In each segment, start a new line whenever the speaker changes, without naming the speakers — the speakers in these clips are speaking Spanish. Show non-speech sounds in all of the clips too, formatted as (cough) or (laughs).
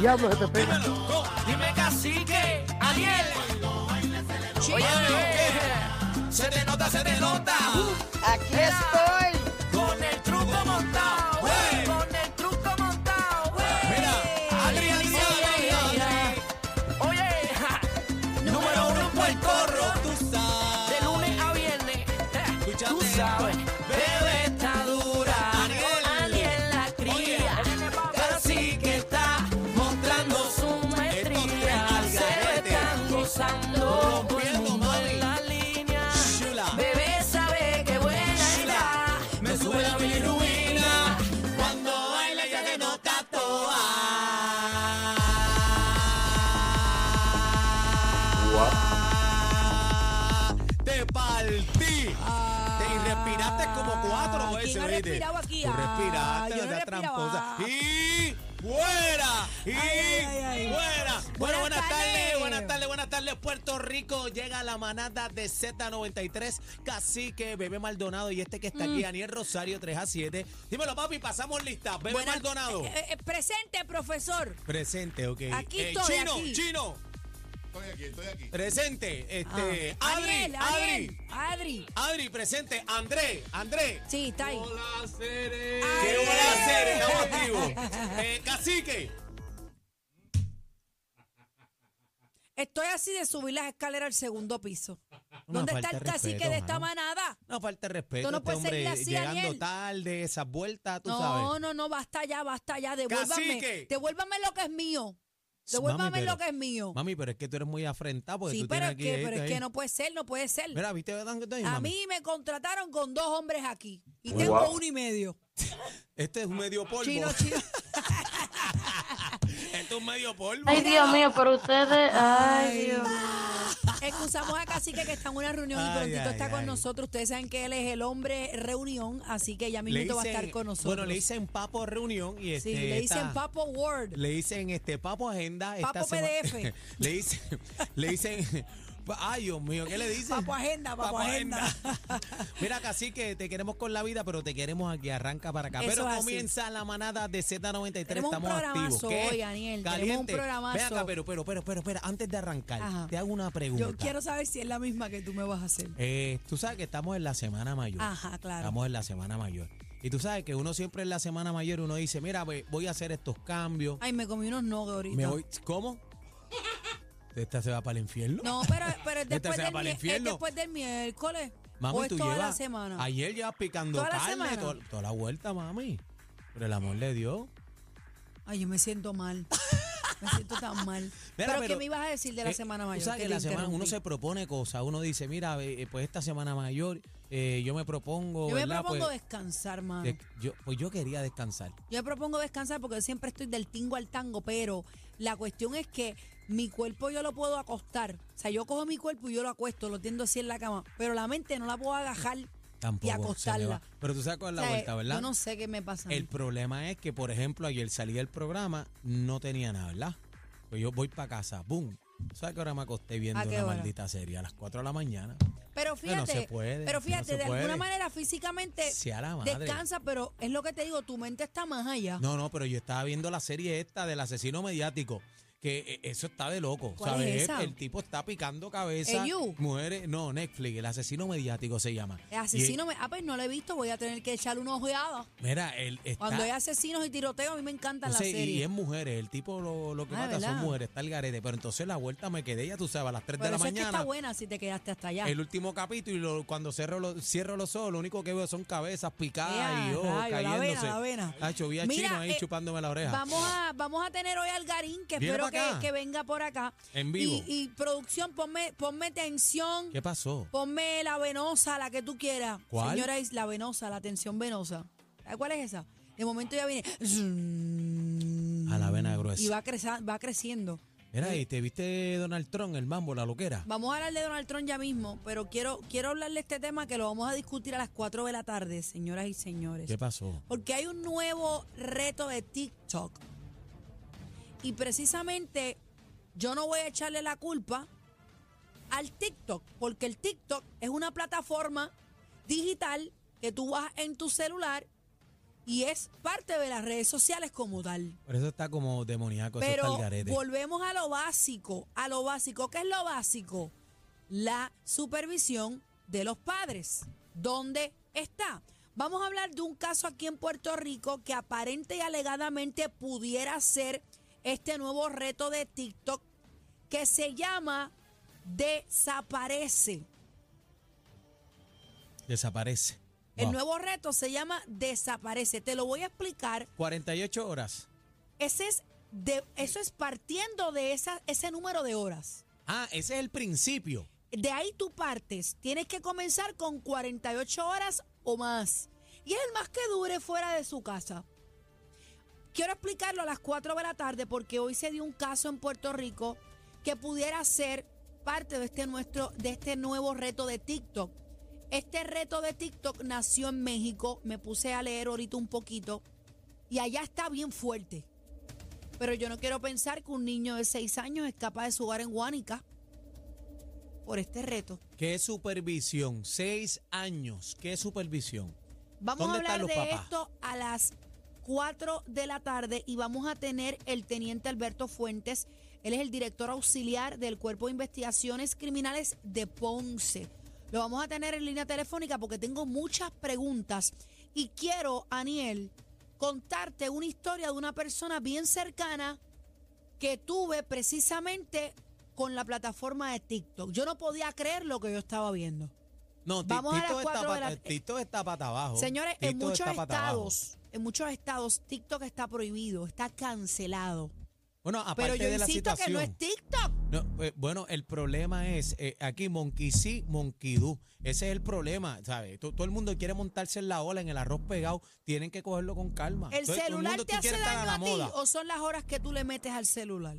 diablo se te pega.
Dime cacique, Ariel. Oye, se te nota, se te nota.
Aquí estoy.
Con el truco montado, güey. Con el truco montado, güey. Mira, Adri, Adri, Adri, Adri. Oye, ja. número uno en Puerto Rico, tú sabes. De lunes a viernes, ja, tú sabes. Bebé está dura, Ariel la cría. Casi que está mostrando su maestría. Se lo están gozando, todo el mundo en la línea. Bebé sabe que buena está. Me sube la bilirubina. Cuando baila ya te nota toa.
Te partí. Te irrespiraste como cuatro
¿quién
veces,
ha
¿oíste?
respirado aquí?
Tú
Ah,
respiraste,
yo no
no seas
respiraba.
tramposa. Y fuera. Y
Ay, ay, ay, ay.
fuera. Bueno,
Buenas
buenas
tardes.
tardes, buenas tardes, buenas tardes. Puerto Rico llega la manada de Z93. Cacique, Bebé Maldonado y este que está
Mm.
aquí, Daniel Rosario 3 a 7. Dímelo, papi, pasamos lista. Bebé
Buenas-
Maldonado.
Eh, eh, presente, profesor.
Presente, ok. Eh,
Aquí estoy,
chino,
aquí.
chino.
Estoy aquí, estoy aquí.
Presente. Este,
Ah.
Adri,
Ariel,
Adri.
Ariel, Adri.
Adri, presente. André, André.
Sí, está ahí.
Hola, Cere.
¿Qué voy
¡Eh!
a hacer? Estamos
Ariel.
activos. Eh, cacique.
(laughs) Estoy así de subir las escaleras al segundo piso.
Una
¿Dónde está
falta
el
de
cacique
respeto,
de esta
mano.
manada?
No falta de respeto.
Tú no
este
puedes
hombre
seguir así,
llegando
Ariel.
tarde, esas vueltas, tú
no,
sabes.
no, no, basta ya, basta ya. Devuélvame.
Cacique.
Devuélvame lo que es mío. Devuélvame lo que es mío.
Mami, pero es que tú eres muy afrentada porque
sí,
tú
pero
tienes
es,
aquí
que,
esto
pero es
ahí.
que no puede ser, no puede ser.
Mira, ¿viste? Dan- dan- dan-
A
mami?
mí me contrataron con dos hombres aquí y
Wow.
tengo uno y medio.
(laughs) Este es un medio polvo.
Chino, chino.
Este es un medio polvo.
Ay, (laughs) Dios mío, pero ustedes. Ay, Dios.
Excusamos a Cacique que está en una reunión y
Ay,
prontito
ay,
está con
ay.
nosotros. Ustedes saben que él es el hombre reunión, así que ya
Le
mismo va a estar
dicen-
con nosotros.
Bueno, le dicen papo reunión y este.
sí, le
esta-
dicen Papo Word.
Le dicen este papo agenda.
Papo
esta sema-
PDF.
(laughs) le dicen, le dicen, (laughs) ay Dios mío, ¿qué le dicen?
Papo agenda, papo agenda. (laughs)
Mira, cacique, te queremos con la vida, pero te queremos aquí. Arranca para acá.
Eso
pero
es así.
comienza la manada de Z93.
Tenemos un
Estamos activos.
programazo hoy, Daniel, tenemos un
Caliente.
programazo.
Ve acá, pero, pero, pero, pero, pero, antes de arrancar,
Ajá.
te hago una pregunta.
Yo quiero saber si es la misma que tú me vas a hacer.
Eh, tú sabes que estamos en la semana mayor.
Ajá, claro.
Estamos en la semana mayor. Y tú sabes que uno siempre en la semana mayor uno dice, mira, ve, voy a hacer estos cambios.
Ay, me comí unos no ahorita.
Me voy.
(laughs)
¿Cómo? ¿Esta se va para el infierno?
No, pero, pero es,
Vete a
después
hacer
del,
para el
mie- es
infierno.
después del miércoles.
Mami,
o es
tú
Pues toda la
llevas-
semana.
Ayer llevas picando
¿Toda la
carne,
semana?
to- toda la vuelta, mami. Pero el amor le dio.
Ay, yo me siento mal. Me siento tan
(laughs)
mal. pero, ¿qué
pero-
me ibas a decir de la
Eh,
semana
tú
mayor?
sabes que
te
la semana uno
interrumpí?
se propone cosas, uno dice, mira, eh, eh, pues esta semana mayor eh, yo me propongo,
Yo me
¿verdad?
propongo
pues,
descansar, mano.
de- yo, pues yo quería descansar.
Yo me propongo descansar porque yo siempre estoy del tingo al tango, pero la cuestión es que mi cuerpo yo lo puedo acostar. O sea, yo cojo mi cuerpo y yo lo acuesto, lo tiendo así en la cama, pero la mente no la puedo agajar
Tampoco.
y
se me
acostarla.
va. Pero tú sabes cuál es
O
la
sea,
vuelta, ¿verdad?
Yo no sé qué me pasa. a mí.
El problema es que, por ejemplo, ayer salí del programa, no tenía nada, ¿verdad? Pues yo voy para casa, ¡boom! ¿Sabes que ahora me acosté viendo
¿A qué
una
hora?
maldita serie a las 4 de la mañana?
pero
Bueno,
fíjate,
se puede,
pero
no
fíjate,
se
de
puede.
alguna manera físicamente
Sea la madre.
descansa, pero es lo que te digo, tu mente está más allá.
No, no, pero yo estaba viendo la serie esta del asesino mediático. Que eh, eso está de loco.
¿Cuál
¿sabes?
es
El-
esa?
El tipo está picando cabeza.
¿El You?
Mujeres. No, Netflix. El asesino mediático se llama.
El asesino, me, ah, pues no lo he visto, voy a tener que echarle una ojeada.
Y, eh, mira, él está.
Cuando hay asesinos y tiroteos, a mí me encantan las
entonces, y-
series.
y es mujeres. El tipo lo, lo que
Ah,
mata son
¿verdad?
mujeres. Está el garete. Pero entonces la vuelta me quedé, ya tú sabes, a las 3
Pero
de la
eso es que está
mañana.
buena si te quedaste hasta allá.
el último capítulo y lo- cuando cierro los, cierro los ojos, lo único que veo son cabezas picadas
Ea,
y ojos
rayo, la
cayéndose.
vena, la vena.
Tacho, vi a
Mira,
Chino ahí
eh,
chupándome la oreja.
Vamos a, vamos a tener hoy al Garín, que
Viene
espero
pa'
que,
acá.
que venga por acá.
En vivo.
Y, y producción, ponme, ponme tensión,
¿Qué pasó?
ponme la venosa, la que tú quieras.
¿Cuál?
Señora, es la venosa, la tensión venosa. ¿Sabe ¿Cuál es esa? De momento ya viene.
A la vena gruesa.
Y va, creza- va creciendo.
Mira, ¿y te viste Donald Trump, el mambo, la loquera?
Vamos a hablar de Donald Trump ya mismo, pero quiero, quiero hablarle este tema que lo vamos a discutir a las 4 de la tarde, señoras y señores.
¿Qué pasó?
Porque hay un nuevo reto de TikTok. Y precisamente yo no voy a echarle la culpa al TikTok, porque el TikTok es una plataforma digital que tú vas en tu celular y es parte de las redes sociales como tal.
Por eso está como demoníaco, Pues eso está
Pero
el garete.
volvemos a lo básico, a lo básico. ¿Qué es lo básico? La supervisión de los padres. ¿Dónde está? Vamos a hablar de un caso aquí en Puerto Rico que aparente y alegadamente pudiera ser este nuevo reto de TikTok que se llama Desaparece.
Desaparece.
El
Wow.
nuevo reto se llama Desaparece. Te lo voy a explicar
48 horas.
Ese es de, eso es partiendo de esa, ese número de horas.
Ah, ese es el principio.
De ahí tú partes. Tienes que comenzar con 48 horas o más. Y es el más que dure fuera de su casa. Quiero explicarlo a las 4 de la tarde porque hoy se dio un caso en Puerto Rico que pudiera ser parte de este, nuestro, de este nuevo reto de TikTok. Este reto de TikTok nació en México. Me puse a leer ahorita un poquito. Y allá está bien fuerte. Pero yo no quiero pensar que un niño de 6 años escapa de su hogar en Guánica por este reto.
¿Qué supervisión? Seis años. ¿Qué supervisión?
Vamos a
¿Dónde están
hablar de
los papás?
esto a las 4 de la tarde y vamos a tener el teniente Alberto Fuentes. Él es el director auxiliar del Cuerpo de Investigaciones Criminales de Ponce. Lo vamos a tener en línea telefónica porque tengo muchas preguntas y quiero, Aniel, contarte una historia de una persona bien cercana que tuve precisamente con la plataforma de TikTok. Yo no podía creer lo que yo estaba viendo.
No, Ti-
Vamos a las
Tito está,
cuatro de
pata,
la-
Tito está pata abajo.
Señores, en
Tito
muchos
está pata abajo.
estados, en muchos estados TikTok está prohibido, está cancelado.
Bueno, aparte
Pero yo
de la
insisto
situación.
que no es TikTok.
No, eh, bueno, el problema es eh, aquí Monkey sí, Monkey do. Ese es el problema, ¿sabes? To- Todo el mundo quiere montarse en la ola, en el arroz pegado. Tienen que cogerlo con calma.
El
Ah, Todo el
celular
mundo,
te
tú
hace
quieres estar
daño
la
a ti
moda.
o son las horas que tú le metes al celular.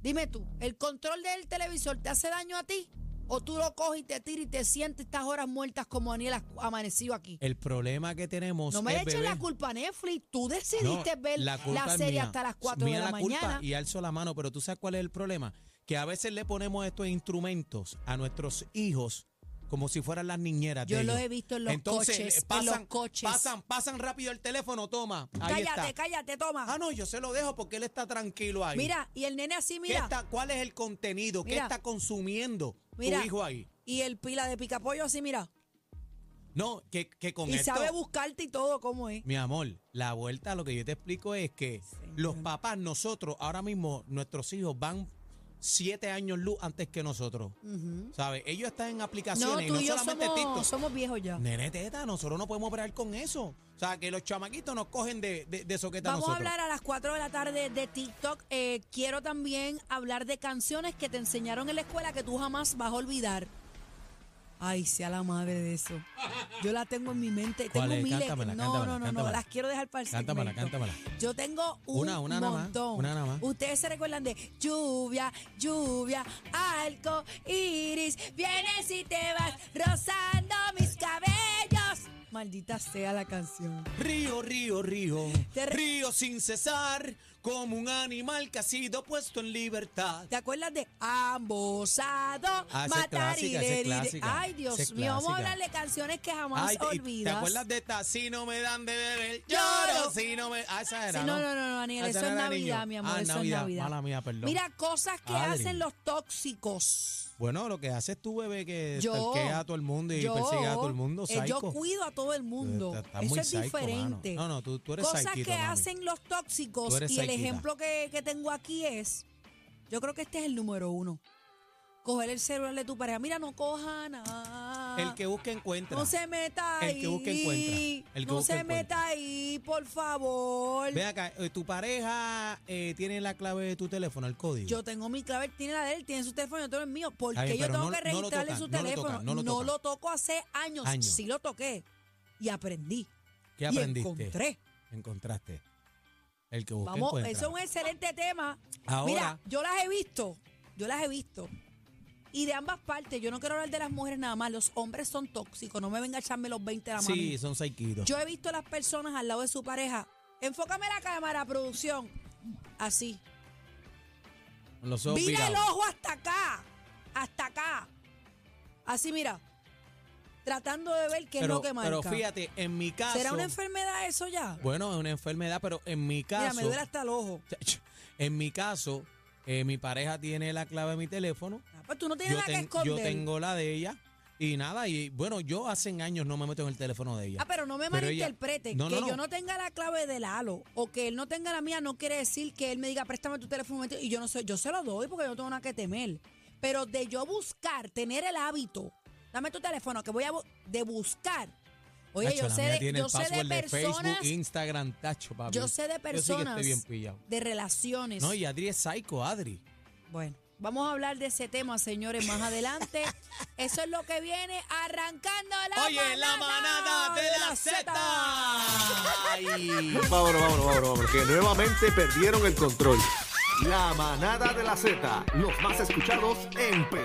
Dime tú, ¿el control del televisor te hace daño a ti? ¿O tú lo coges y te tiras y te sientes estas horas muertas como Daniel ha- amanecido aquí?
El problema que tenemos
No me
es
le eches
bebé.
la culpa a Netflix.
No,
Tú decidiste ver la,
culpa es
serie
mía.
hasta las 4
Mía
de la,
culpa
mañana.
Y alzo la mano, pero tú sabes cuál es el problema. Que a veces le ponemos estos instrumentos a nuestros hijos como si fueran las niñeras. de
Yo los
ellos.
he visto en los
Entonces,
coches, en
pasan,
los coches.
Pasan, pasan rápido el teléfono, toma. Ahí
cállate,
está.
cállate, toma.
Ah, no, yo se lo dejo porque él está tranquilo ahí.
Mira, y el nene así,
¿Qué
mira.
está- ¿Cuál es el contenido? ¿Qué
Mira.
está consumiendo
Mira.
tu hijo ahí?
Y el pila de picapollo así, mira.
No, que, que con
Y
esto-
sabe buscarte y todo cómo es.
Mi amor, la vuelta a lo que yo te explico es que
Señor.
los papás, nosotros, ahora mismo, nuestros hijos van siete años luz antes que nosotros. ¿Sabes? Ellos están en
No,
aplicaciones,
tú
no
y yo
solamente
somos,
TikTok.
somos viejos ya.
Nene teta, nosotros no podemos operar con eso. O sea, que los chamaquitos nos cogen de, de, de soqueta
Vamos a
nosotros.
hablar a las 4 de la tarde de TikTok. Eh, quiero también hablar de canciones que te enseñaron en la escuela que tú jamás vas a olvidar. Ay, sea la madre de eso. Yo la tengo en mi mente.
¿Cuál
Tengo
es?
miles.
Cántamela,
no,
cántamela,
no, no, no.
cántamala.
Las quiero dejar para el
Cántamela,
segmento.
cántamala.
Yo tengo un
Una, una nada más,
montón.
una nada más.
Ustedes se recuerdan de lluvia, lluvia, arco, iris. Vienes y te vas rozando mis cabellos. Maldita sea la canción.
Río, río, río.
Te re-
Río sin cesar, como un animal que ha sido puesto en libertad.
¿Te acuerdas de Ambosado,
Ah, esa es
Matar y
clásica, esa es
herir?
clásica,
Ay, Dios
esa es
mío, vamos a
clásica.
hablar de canciones que jamás
Ay, te- y-
olvidas.
¿Te acuerdas de esta? Si no me dan de beber,
Lloro.
lloro. Si no me. Ah, esa
Sí,
era.
no, no, no, no, Daniel,
Ah, esa
eso es
era de
Navidad,
niño.
mi amor,
Ah,
eso
Navidad,
es Navidad.
mala mía, perdón.
Mira, cosas que
Adri.
hacen los tóxicos.
Bueno, lo que haces tú, bebé, que
Yo.
stalkea a todo el mundo y
yo,
persigue a todo el mundo,
eh,
psycho.
Yo cuido a todo el mundo.
Estás- estás
Eso
muy
es
psycho,
diferente.
mano. No, no, tú- tú eres
Cosas
psyquito,
que
mami.
hacen los tóxicos.
Tú
Y
eres
el
psyquita.
ejemplo que, que tengo aquí es, yo creo que este es el número uno. Coger el celular de tu pareja. Mira, no coja nada.
El que busca encuentra.
no se meta ahí.
El que busca encuentra. El que
no
busca
se
encuentra.
meta ahí, por favor.
Ve acá, eh, tu pareja eh, tiene la clave de tu teléfono, el código.
Yo tengo mi clave, él tiene la de él, tiene su teléfono, yo tengo el mío. ¿Por
Está
qué
bien,
yo
pero
tengo
no-
que
no lo
registrarle
tocan,
su
no lo
teléfono?
tocan, no lo tocan.
toco hace años.
Años.
Sí lo toqué y aprendí.
¿Qué
Y
aprendiste?
encontré.
Encontraste. El que busca
Vamos,
encuentra.
eso es un excelente tema.
Ahora-
Mira, yo las he visto, yo las he visto. Y de ambas partes, yo no quiero hablar de las mujeres nada más, los hombres son tóxicos, no me vengan a echarme los 20 a la mano.
Sí, son psychitos.
Yo he visto a las personas al lado de su pareja. Enfócame la cámara, producción. Así.
Con Los ojos
Mira el
virados.
ojo hasta acá. Hasta acá. Así, mira. tratando de ver qué es
Pero,
lo que marca.
pero fíjate, en mi caso.
¿Será una enfermedad eso ya?
Bueno, es una enfermedad, pero en mi
Mira,
caso.
me duele hasta el ojo.
Chacho, En mi caso, eh, mi pareja tiene la clave de mi teléfono.
Ah, Pues tú no tienes
Yo,
nada que
ten- yo
esconder.
tengo la de ella. Y nada, y bueno, yo hace años no me meto en el teléfono de ella.
Ah, pero no me
Pero ella-
malinterprete.
No, no,
que
no.
yo no tenga la clave del halo o que él no tenga la mía no quiere decir que él me diga, préstame tu teléfono un momento", y yo no sé, yo se lo doy porque yo no tengo nada que temer. Pero de yo buscar, tener el hábito, dame tu teléfono, que voy a bu- de buscar. Oye,
Tacho,
yo
la
sé
mía
de,
tiene
yo
el
sé de
password de Facebook,
personas,
Instagram, tacho, papi.
yo sé de
Yo sí que
personas
estoy bien pillado.
de relaciones.
No, y Adri es psycho, Adri.
Bueno, vamos a hablar de ese tema, señores, más
(laughs)
adelante. Eso es lo que viene arrancando la
Oye, la manada de la Z. Ay.
Vámonos, vámonos, vámonos, vámonos, que nuevamente perdieron el control. La manada de la Z, los más escuchados en Perú.